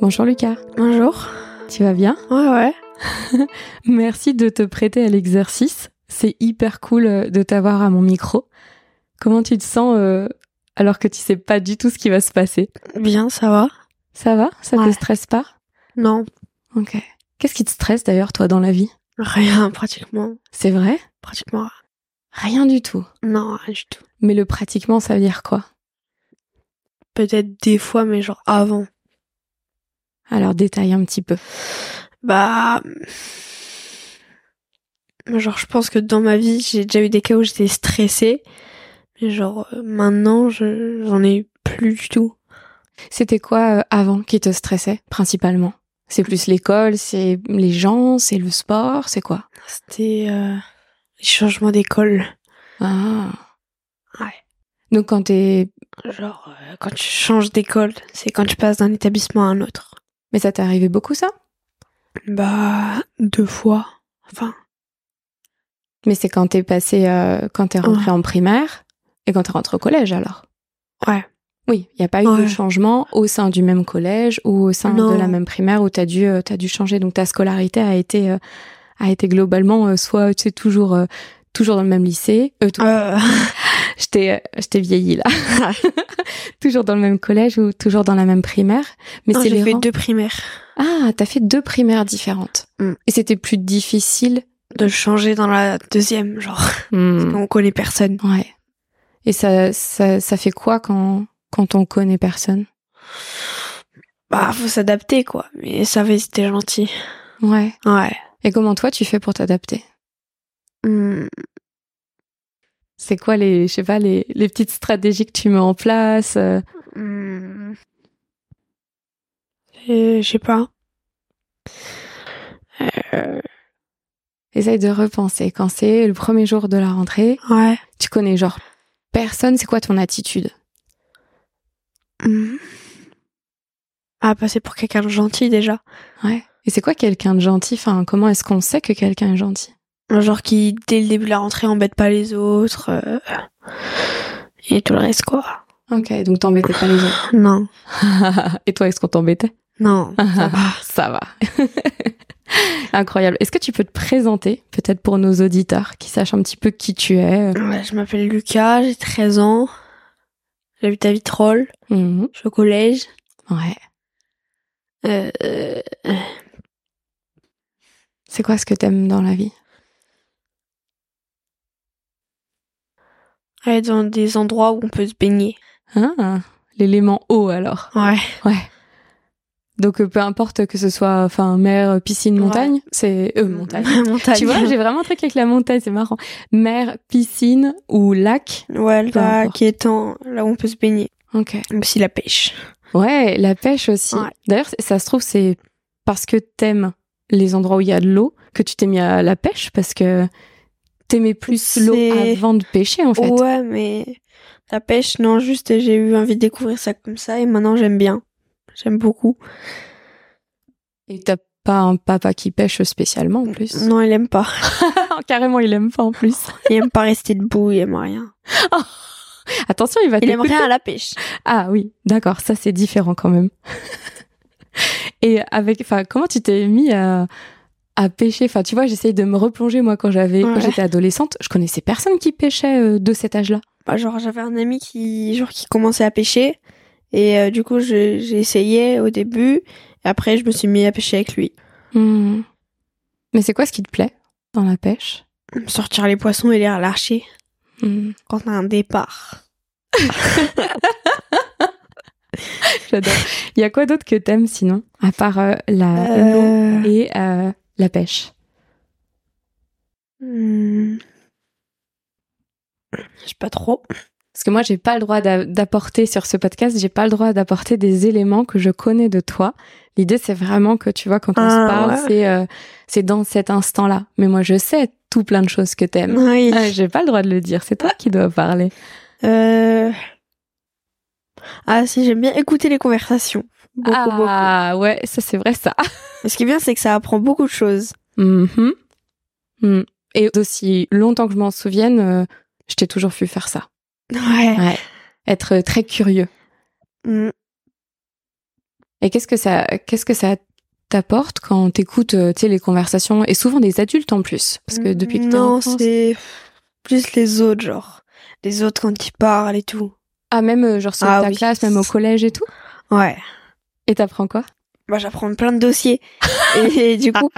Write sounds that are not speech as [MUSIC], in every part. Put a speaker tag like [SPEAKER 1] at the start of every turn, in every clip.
[SPEAKER 1] Bonjour Lucas,
[SPEAKER 2] Bonjour.
[SPEAKER 1] tu vas bien
[SPEAKER 2] Ouais, ouais.
[SPEAKER 1] Merci de te prêter à l'exercice. C'est hyper cool euh, de t'avoir à mon micro. Comment tu te sens euh, alors que tu sais pas du tout ce qui va se passer
[SPEAKER 2] Bien, ça va
[SPEAKER 1] Ça va Ça te
[SPEAKER 2] Ouais.
[SPEAKER 1] stresse pas
[SPEAKER 2] Non,
[SPEAKER 1] Ok. Qu'est-ce qui te stresse d'ailleurs toi dans la vie
[SPEAKER 2] rien, pratiquement.
[SPEAKER 1] C'est vrai
[SPEAKER 2] Pratiquement rien.
[SPEAKER 1] Rien du tout.
[SPEAKER 2] Non, rien du tout.
[SPEAKER 1] Mais le pratiquement, ça veut dire quoi
[SPEAKER 2] Peut-être des fois, mais genre avant.
[SPEAKER 1] Alors détaille un petit peu.
[SPEAKER 2] Bah. Genre, je pense que dans ma vie, j'ai déjà eu des cas où j'étais stressée. Mais genre, euh, maintenant, je- j'en ai plus du tout.
[SPEAKER 1] C'était quoi euh, avant qui te stressait principalement C'est plus l'école, c'est les gens, c'est le sport, c'est quoi
[SPEAKER 2] C'était euh, les changements d'école.
[SPEAKER 1] Ah.
[SPEAKER 2] Ouais.
[SPEAKER 1] Donc quand t'es...
[SPEAKER 2] Genre, euh, quand tu changes d'école, c'est quand tu passes d'un établissement à un autre.
[SPEAKER 1] Mais ça t'est arrivé beaucoup ça
[SPEAKER 2] Bah, deux fois. Enfin,
[SPEAKER 1] Mais c'est quand t'es passé, euh, quand t'es rentré
[SPEAKER 2] Ouais.
[SPEAKER 1] en primaire et quand t'es rentré au collège alors
[SPEAKER 2] ouais.
[SPEAKER 1] Oui, il n'y a pas eu de
[SPEAKER 2] Ouais.
[SPEAKER 1] changement au sein du même collège ou au sein de
[SPEAKER 2] Non.
[SPEAKER 1] la même primaire où t'as dû, euh, t'as dû changer. Donc ta scolarité a été, euh, a été globalement euh, soit tu sais, toujours, euh, toujours dans le même lycée, euh, tou-
[SPEAKER 2] Euh,
[SPEAKER 1] [LAUGHS] je t'ai, euh, je t'ai vieilli là, [LAUGHS] toujours dans le même collège ou toujours dans la même primaire. Mais
[SPEAKER 2] non,
[SPEAKER 1] c'est les
[SPEAKER 2] Ah, j'ai fait
[SPEAKER 1] rangs-
[SPEAKER 2] deux primaires.
[SPEAKER 1] Ah, t'as fait deux primaires différentes.
[SPEAKER 2] Mm.
[SPEAKER 1] Et c'était plus difficile. Hmm.
[SPEAKER 2] De changer dans la deuxième, genre,
[SPEAKER 1] Mm.
[SPEAKER 2] on connaît personne.
[SPEAKER 1] Ouais. Et ça, ça, ça fait quoi quand, quand on connaît personne
[SPEAKER 2] Bah, faut s'adapter, quoi. Mais ça va, c'était gentil.
[SPEAKER 1] Ouais.
[SPEAKER 2] Ouais.
[SPEAKER 1] Et comment toi tu fais pour t'adapter
[SPEAKER 2] Hmm.
[SPEAKER 1] C'est quoi les, je sais pas, les, les petites stratégies que tu mets en place euh,
[SPEAKER 2] Hmm. Euh, Je sais pas. Euh,
[SPEAKER 1] Essaye de repenser. Quand c'est le premier jour de la rentrée,
[SPEAKER 2] ouais.
[SPEAKER 1] tu connais genre personne, c'est quoi ton attitude
[SPEAKER 2] Hmm. Ah, passer pour quelqu'un de gentil, déjà.
[SPEAKER 1] Ouais. Et c'est quoi quelqu'un de gentil Enfin, comment est-ce qu'on sait que quelqu'un est gentil
[SPEAKER 2] Genre qui, dès le début de la rentrée, embête pas les autres. euh, Et tout le reste, quoi.
[SPEAKER 1] Ok, donc t'embêtais pas les autres.
[SPEAKER 2] Non.
[SPEAKER 1] [LAUGHS] Et toi, est-ce qu'on t'embêtait
[SPEAKER 2] Non. ça va.
[SPEAKER 1] Ah, Ça va. [LAUGHS] Incroyable. Est-ce que tu peux te présenter, peut-être pour nos auditeurs, qui sachent un petit peu qui tu es euh
[SPEAKER 2] Ouais, je m'appelle Lucas, j'ai 13 ans. J'habite à Vitrolles,
[SPEAKER 1] Mhm.
[SPEAKER 2] je suis au collège.
[SPEAKER 1] Ouais.
[SPEAKER 2] Euh, euh,
[SPEAKER 1] C'est quoi ce que t'aimes dans la vie
[SPEAKER 2] aller dans des endroits où on peut se baigner.
[SPEAKER 1] Hein L'élément eau alors.
[SPEAKER 2] Ouais.
[SPEAKER 1] Donc euh, peu importe que ce soit enfin mer, piscine,
[SPEAKER 2] Ouais.
[SPEAKER 1] montagne, c'est euh, montagne.
[SPEAKER 2] [LAUGHS]
[SPEAKER 1] [LAUGHS]
[SPEAKER 2] montagne.
[SPEAKER 1] Tu vois, j'ai vraiment un truc avec la montagne, c'est marrant. Mer, piscine ou lac.
[SPEAKER 2] Ouais,
[SPEAKER 1] Peu
[SPEAKER 2] là,
[SPEAKER 1] importe.
[SPEAKER 2] qui est en... là où on peut se baigner.
[SPEAKER 1] Ok.
[SPEAKER 2] Aussi la pêche.
[SPEAKER 1] Ouais, la pêche aussi.
[SPEAKER 2] Ouais.
[SPEAKER 1] D'ailleurs, c- ça se trouve c'est parce que t'aimes les endroits où il y a de l'eau que tu t'es mis à la pêche parce que t'aimais plus l'eau
[SPEAKER 2] C'est-
[SPEAKER 1] avant de pêcher en fait.
[SPEAKER 2] Ouais, mais la pêche, non, juste j'ai eu envie de découvrir ça comme ça et maintenant j'aime bien. J'aime beaucoup.
[SPEAKER 1] Et t'as pas un papa qui pêche spécialement en [LAUGHS] plus.
[SPEAKER 2] Non, il aime pas. [LAUGHS]
[SPEAKER 1] Carrément, il aime pas en plus.
[SPEAKER 2] Il aime pas rester debout, il aime rien.
[SPEAKER 1] [LAUGHS] Attention, il va
[SPEAKER 2] Il aime
[SPEAKER 1] t'écouter.
[SPEAKER 2] rien à la pêche.
[SPEAKER 1] Ah oui, d'accord, ça c'est différent quand même. [LAUGHS] Et avec, enfin, comment tu t'es mis à, à pêcher Enfin, tu vois, j'essaye de me replonger moi quand j'avais, quand
[SPEAKER 2] Ouais.
[SPEAKER 1] j'étais adolescente, je connaissais personne qui pêchait euh, de cet âge-là.
[SPEAKER 2] Bah, genre j'avais un ami qui genre qui commençait à pêcher et euh, du coup je- j'ai essayé au début et après je me suis mis à pêcher avec lui
[SPEAKER 1] Hmm. Mais c'est quoi ce qui te plaît dans la pêche
[SPEAKER 2] sortir les poissons et les relâcher
[SPEAKER 1] Hmm.
[SPEAKER 2] quand on a un départ
[SPEAKER 1] [LAUGHS] J'adore. Il y a quoi d'autre que t'aimes sinon, à part euh, la l'eau
[SPEAKER 2] Euh,
[SPEAKER 1] et euh, la pêche
[SPEAKER 2] hmm. je sais pas trop
[SPEAKER 1] Parce que moi, j'ai pas le droit d'a- d'apporter sur ce podcast, j'ai pas le droit d'apporter des éléments que je connais de toi. L'idée, c'est vraiment que tu vois, quand on
[SPEAKER 2] Ah,
[SPEAKER 1] se parle,
[SPEAKER 2] ouais.
[SPEAKER 1] c'est euh, c'est dans cet instant-là. Mais moi, je sais tout plein de choses que t'aimes.
[SPEAKER 2] oui
[SPEAKER 1] [LAUGHS] Ah, j'ai pas le droit de le dire, c'est toi qui dois parler.
[SPEAKER 2] Euh, ah si j'aime bien écouter les conversations beaucoup beaucoup
[SPEAKER 1] ah ouais, ça c'est vrai ça.
[SPEAKER 2] Mais ce qui est bien c'est que ça apprend beaucoup de choses
[SPEAKER 1] Mhm. Mm. Et aussi longtemps que je m'en souvienne, euh, je t'ai toujours vu faire ça. euh,
[SPEAKER 2] ouais
[SPEAKER 1] Ouais. Être très curieux.
[SPEAKER 2] Hmm.
[SPEAKER 1] Et qu'est-ce que ça, qu'est-ce que ça t'apporte quand t'écoutes, euh, tu sais, les conversations et souvent des adultes en plus, parce que depuis que t'es en
[SPEAKER 2] Non,
[SPEAKER 1] France-
[SPEAKER 2] c'est plus les autres, genre. Les autres quand ils parlent et tout.
[SPEAKER 1] ah même euh, genre c'est
[SPEAKER 2] Ah
[SPEAKER 1] ta
[SPEAKER 2] oui.
[SPEAKER 1] classe, même au collège et tout.
[SPEAKER 2] Ouais.
[SPEAKER 1] Et t'apprends quoi
[SPEAKER 2] Bah, j'apprends plein
[SPEAKER 1] [LAUGHS]
[SPEAKER 2] de dossiers. et, du coup,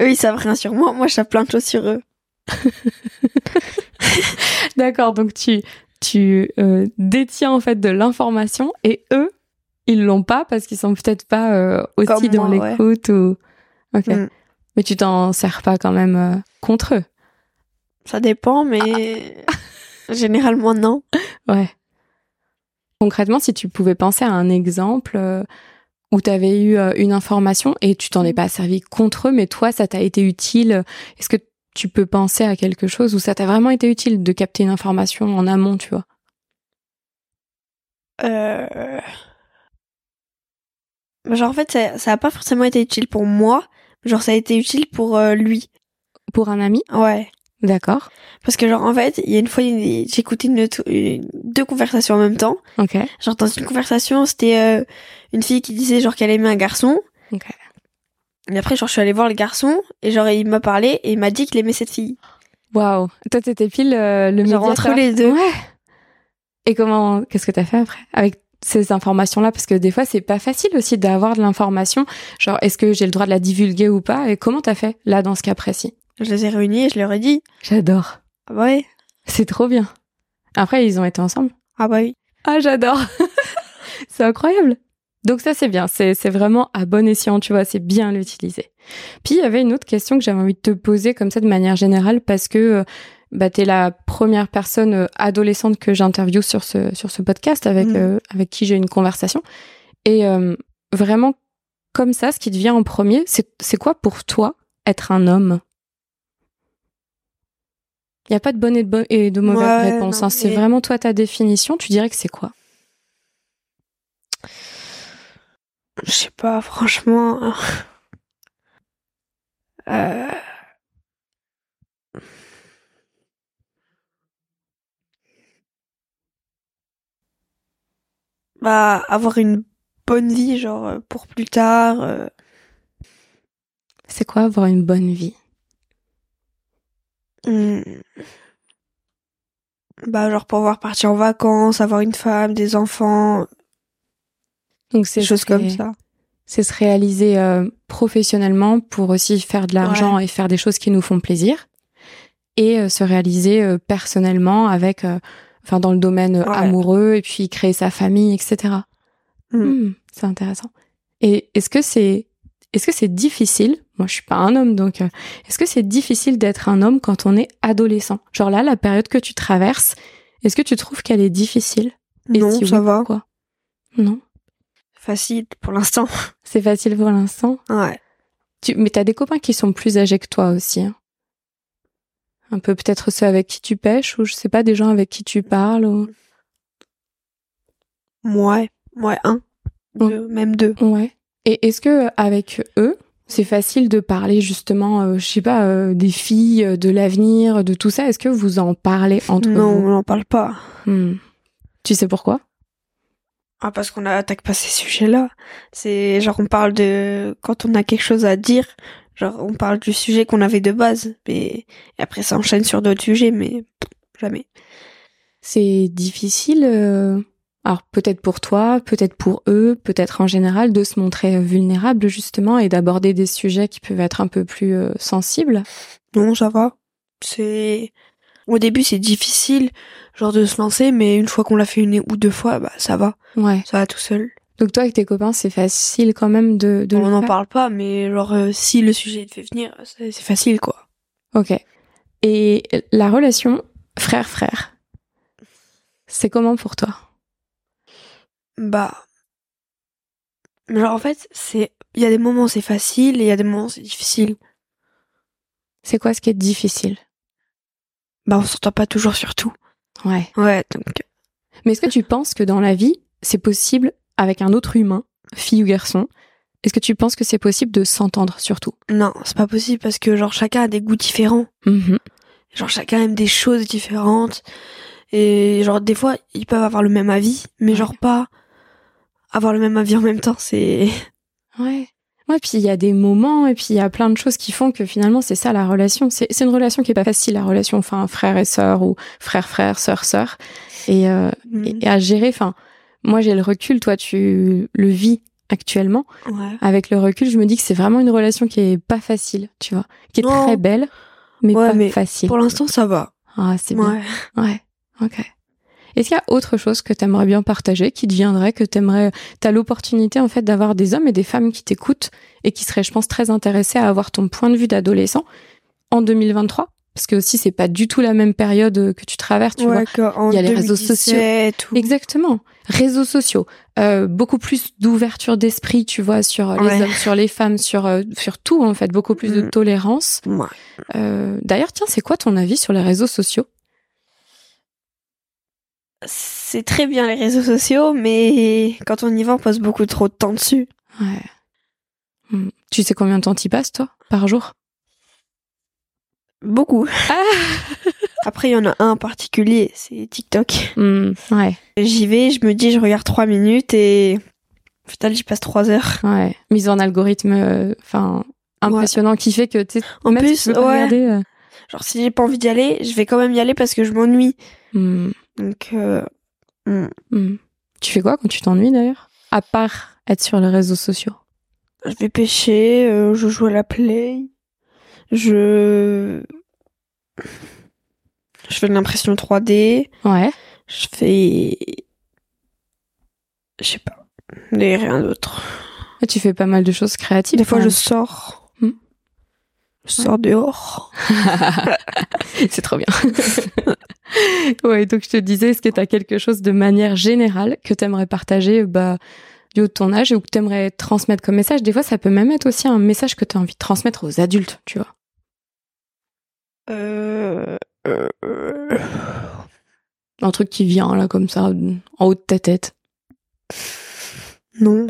[SPEAKER 2] eux, ils savent rien sur moi. Moi, je sais plein de choses sur eux.
[SPEAKER 1] D'accord, donc tu tu euh, détiens en fait de l'information et eux ils l'ont pas parce qu'ils sont peut-être pas euh, aussi
[SPEAKER 2] Comme
[SPEAKER 1] dans
[SPEAKER 2] moi, ouais.
[SPEAKER 1] l'écoute ou. Ok.
[SPEAKER 2] Mm.
[SPEAKER 1] Mais tu t'en sers pas quand même euh, contre eux.
[SPEAKER 2] Ça
[SPEAKER 1] [LAUGHS]
[SPEAKER 2] dépend, mais généralement, non.
[SPEAKER 1] Ouais. Concrètement, si tu pouvais penser à un exemple euh, où tu avais eu euh, une information et tu t'en es pas servi contre eux, mais toi, ça t'a été utile, est-ce que tu peux penser à quelque chose où ça t'a vraiment été utile de capter une information en amont, tu vois
[SPEAKER 2] Euh... bah, Genre, en fait, ça, ça a pas forcément été utile pour moi. Genre, ça a été utile pour euh, lui.
[SPEAKER 1] Pour un ami
[SPEAKER 2] Ouais.
[SPEAKER 1] D'accord.
[SPEAKER 2] Parce que genre en fait, il y a une fois, il- j'écoutais une, autre- une- deux conversations en même temps.
[SPEAKER 1] Ok.
[SPEAKER 2] Genre dans une conversation, c'était euh, une fille qui disait genre qu'elle aimait un garçon.
[SPEAKER 1] Ok.
[SPEAKER 2] Et après, genre je suis allée voir le garçon et genre il m'a parlé et il m'a dit qu'il aimait cette fille.
[SPEAKER 1] Waouh. Toi, t'étais pile euh, le
[SPEAKER 2] Genre entre
[SPEAKER 1] médiateur.
[SPEAKER 2] les deux.
[SPEAKER 1] Ouais. Et comment Qu'est-ce que t'as fait après avec ces informations-là Parce que des fois, c'est pas facile aussi d'avoir de l'information. Genre, est-ce que j'ai le droit de la divulguer ou pas Et comment t'as fait là dans ce cas précis
[SPEAKER 2] Je les ai réunis et je leur ai dit
[SPEAKER 1] J'adore.
[SPEAKER 2] ah bah ouais,
[SPEAKER 1] C'est trop bien. Après, ils ont été ensemble.
[SPEAKER 2] ah bah oui.
[SPEAKER 1] Ah, j'adore. [LAUGHS] c'est incroyable. Donc ça, c'est bien. C'est c'est vraiment à bon escient, tu vois. C'est bien l'utiliser. Puis, il y avait une autre question que j'avais envie de te poser comme ça de manière générale parce que euh, bah, tu es la première personne euh, adolescente que j'interviewe sur ce, sur ce podcast avec,
[SPEAKER 2] Mhm.
[SPEAKER 1] euh, avec qui j'ai une conversation. Et euh, vraiment, comme ça, ce qui te vient en premier, c'est c'est quoi pour toi être un homme Il n'y a pas de bonne et de, bo- et de mauvaise
[SPEAKER 2] Ouais,
[SPEAKER 1] réponse.
[SPEAKER 2] non,
[SPEAKER 1] hein. C'est
[SPEAKER 2] mais-
[SPEAKER 1] vraiment toi ta définition. Tu dirais que c'est quoi
[SPEAKER 2] Je sais pas, franchement. hein. Euh... Bah, avoir une bonne vie, genre, euh, pour plus tard. euh,
[SPEAKER 1] C'est quoi avoir une bonne vie
[SPEAKER 2] hmm. Bah, genre, pouvoir partir en vacances, avoir une femme, des enfants,
[SPEAKER 1] Donc c'est
[SPEAKER 2] des choses
[SPEAKER 1] se ré-
[SPEAKER 2] comme ça.
[SPEAKER 1] C'est se réaliser euh, professionnellement pour aussi faire de l'argent et faire des choses qui nous font plaisir et euh, se réaliser euh, personnellement avec euh, enfin dans le domaine euh,
[SPEAKER 2] Ouais.
[SPEAKER 1] amoureux et puis créer sa famille etc.
[SPEAKER 2] Mm.
[SPEAKER 1] Hmm, c'est intéressant. Et est-ce que c'est est-ce que c'est difficile Moi je suis pas un homme donc euh, est-ce que c'est difficile d'être un homme quand on est adolescent Genre là la période que tu traverses, est-ce que tu trouves qu'elle est difficile Et
[SPEAKER 2] non,
[SPEAKER 1] si
[SPEAKER 2] ça
[SPEAKER 1] oui,
[SPEAKER 2] va.
[SPEAKER 1] pourquoi Non,
[SPEAKER 2] Facile pour l'instant. [LAUGHS]
[SPEAKER 1] c'est facile pour l'instant.
[SPEAKER 2] Ouais.
[SPEAKER 1] Tu, mais t'as des copains qui sont plus âgés que toi aussi. hein. Un peu peut-être ceux avec qui tu pêches ou je sais pas des gens avec qui tu parles. Ou...
[SPEAKER 2] Ouais. Ouais, un. Deux, même deux.
[SPEAKER 1] Ouais. Et est-ce que euh, avec eux, c'est facile de parler justement, euh, je sais pas, euh, des filles, euh, de l'avenir, de tout ça Est-ce que vous en parlez entre
[SPEAKER 2] non,
[SPEAKER 1] vous
[SPEAKER 2] on n'en parle pas.
[SPEAKER 1] Hmm. Tu sais pourquoi
[SPEAKER 2] Ah, parce qu'on attaque pas ces sujets-là. C'est genre on parle de quand on a quelque chose à dire, genre on parle du sujet qu'on avait de base, mais et après ça enchaîne sur d'autres sujets, mais jamais.
[SPEAKER 1] C'est difficile. euh, Alors peut-être pour toi, peut-être pour eux, peut-être en général, de se montrer euh, vulnérable justement et d'aborder des sujets qui peuvent être un peu plus euh, sensibles.
[SPEAKER 2] Non, ça va. C'est au début c'est difficile, genre de se lancer, mais une fois qu'on l'a fait une ou deux fois, bah ça va,
[SPEAKER 1] Ouais.
[SPEAKER 2] ça va tout seul.
[SPEAKER 1] Donc toi avec tes copains, c'est facile quand même de, de
[SPEAKER 2] on
[SPEAKER 1] le
[SPEAKER 2] n'en
[SPEAKER 1] faire.
[SPEAKER 2] parle pas, mais genre euh, si le sujet te fait venir, c'est c'est facile quoi.
[SPEAKER 1] Ok. Et la relation frère-frère, c'est comment pour toi
[SPEAKER 2] Bah. Genre en fait, c'est il y a des moments où c'est facile et il y a des moments où c'est difficile.
[SPEAKER 1] C'est quoi ce qui est difficile
[SPEAKER 2] bah on s'entend pas toujours sur tout.
[SPEAKER 1] Ouais.
[SPEAKER 2] Ouais, donc
[SPEAKER 1] Mais est-ce que tu penses que dans la vie, c'est possible avec un autre humain, fille ou garçon Est-ce que tu penses que c'est possible de s'entendre surtout
[SPEAKER 2] non, c'est pas possible parce que genre chacun a des goûts différents.
[SPEAKER 1] Mhm.
[SPEAKER 2] Genre chacun aime des choses différentes et genre des fois ils peuvent avoir le même avis mais
[SPEAKER 1] Ouais.
[SPEAKER 2] genre pas avoir le même avis en même temps, c'est
[SPEAKER 1] Ouais. Ouais, puis il y a des moments et puis il y a plein de choses qui font que finalement c'est ça la relation. C'est c'est une relation qui est pas facile la relation, enfin frère et sœur ou frère frère sœur sœur et, euh,
[SPEAKER 2] Mm.
[SPEAKER 1] [LAUGHS] et- et à gérer. Enfin, moi j'ai le recul, toi tu le vis actuellement.
[SPEAKER 2] ouais.
[SPEAKER 1] Avec le recul, je me dis que c'est vraiment une relation qui est pas facile, tu vois, qui est
[SPEAKER 2] Non.
[SPEAKER 1] très belle mais
[SPEAKER 2] Ouais,
[SPEAKER 1] pas
[SPEAKER 2] mais
[SPEAKER 1] facile.
[SPEAKER 2] Pour l'instant, ça va.
[SPEAKER 1] Ah c'est bien.
[SPEAKER 2] Ouais.
[SPEAKER 1] Ouais, ok. Est-ce qu'il y a autre chose que t'aimerais bien partager, qui deviendrait, que t'aimerais... T'as l'opportunité, en fait, d'avoir des hommes et des femmes qui t'écoutent et qui seraient, je pense, très intéressés à avoir ton point de vue d'adolescent en 2023 Parce que aussi, c'est pas du tout la même période euh, que tu traverses, tu vois.
[SPEAKER 2] ouais, qu'en
[SPEAKER 1] il y a les réseaux
[SPEAKER 2] 2017 ou-
[SPEAKER 1] Exactement. Réseaux sociaux, euh, beaucoup plus d'ouverture d'esprit, tu vois, sur euh, les
[SPEAKER 2] Ouais.
[SPEAKER 1] hommes, sur les femmes, sur, euh, sur tout, en fait. Beaucoup plus de
[SPEAKER 2] Mm.
[SPEAKER 1] tolérance.
[SPEAKER 2] Ouais.
[SPEAKER 1] Euh, D'ailleurs, tiens, c'est quoi ton avis sur les réseaux sociaux
[SPEAKER 2] C'est très bien les réseaux sociaux, mais quand on y va, on passe beaucoup trop de temps dessus.
[SPEAKER 1] Ouais. Hmm. Tu sais combien de temps t'y passes, toi, par jour
[SPEAKER 2] Beaucoup.
[SPEAKER 1] Ah.
[SPEAKER 2] [LAUGHS] Après, il y en a un en particulier, c'est TikTok.
[SPEAKER 1] Hmm, Ouais,
[SPEAKER 2] J'y vais, je me dis, je regarde trois minutes et. Putain, j'y passe trois heures.
[SPEAKER 1] ouais. Mise en algorithme, euh, enfin, impressionnant, qui fait que, tu sais,
[SPEAKER 2] En
[SPEAKER 1] même si
[SPEAKER 2] plus,
[SPEAKER 1] tu peux pas
[SPEAKER 2] ouais.
[SPEAKER 1] regarder, euh,
[SPEAKER 2] Genre, si j'ai pas envie d'y aller, je vais quand même y aller parce que je m'ennuie.
[SPEAKER 1] hmm,
[SPEAKER 2] Donc, euh, mm.
[SPEAKER 1] hmm. Tu fais quoi quand tu t'ennuies, d'ailleurs À part être sur les réseaux sociaux.
[SPEAKER 2] je vais pêcher, euh, je joue à la play, je. Je fais de l'impression 3D.
[SPEAKER 1] Ouais.
[SPEAKER 2] Je fais. Je sais pas. Et rien d'autre.
[SPEAKER 1] Et Tu fais pas mal de choses créatives.
[SPEAKER 2] Des fois,
[SPEAKER 1] quand
[SPEAKER 2] je
[SPEAKER 1] même.
[SPEAKER 2] sors.
[SPEAKER 1] Hmm.
[SPEAKER 2] Je sors dehors.
[SPEAKER 1] [LAUGHS] C'est trop bien. ouais, donc je te disais, est-ce que tu as quelque chose de manière générale que tu aimerais partager bah, du haut de ton âge ou que tu aimerais transmettre comme message Des fois, ça peut même être aussi un message que tu as envie de transmettre aux adultes, tu vois.
[SPEAKER 2] Euh, euh, euh,
[SPEAKER 1] Un truc qui vient là comme ça, en haut de ta tête.
[SPEAKER 2] Non,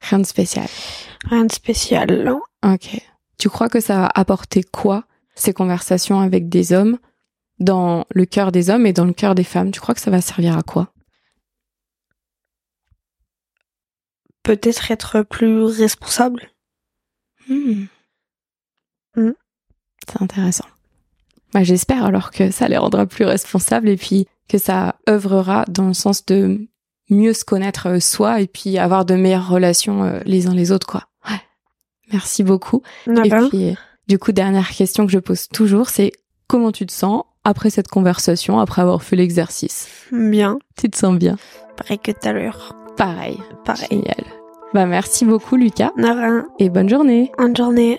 [SPEAKER 1] Rien de spécial.
[SPEAKER 2] rien de spécial. non.
[SPEAKER 1] Ok. Tu crois que ça va apporter quoi, ces conversations avec des hommes, dans le cœur des hommes et dans le cœur des femmes Tu crois que ça va servir à quoi
[SPEAKER 2] Peut-être être plus responsable.
[SPEAKER 1] Hmm.
[SPEAKER 2] Hmm.
[SPEAKER 1] C'est intéressant. Bah, J'espère alors que ça les rendra plus responsables et puis que ça œuvrera dans le sens de mieux se connaître euh, soi et puis avoir de meilleures relations euh, les uns les autres. quoi. Ouais. Merci beaucoup.
[SPEAKER 2] Ah
[SPEAKER 1] et
[SPEAKER 2] ben,
[SPEAKER 1] puis, euh, du coup, dernière question que je pose toujours, c'est comment tu te sens après cette conversation, après avoir fait l'exercice
[SPEAKER 2] Bien.
[SPEAKER 1] Tu te sens bien
[SPEAKER 2] Pareil que tout à l'heure.
[SPEAKER 1] Pareil.
[SPEAKER 2] Pareil.
[SPEAKER 1] Génial. Bah, merci beaucoup Lucas
[SPEAKER 2] Narin,
[SPEAKER 1] et bonne journée.
[SPEAKER 2] bonne journée.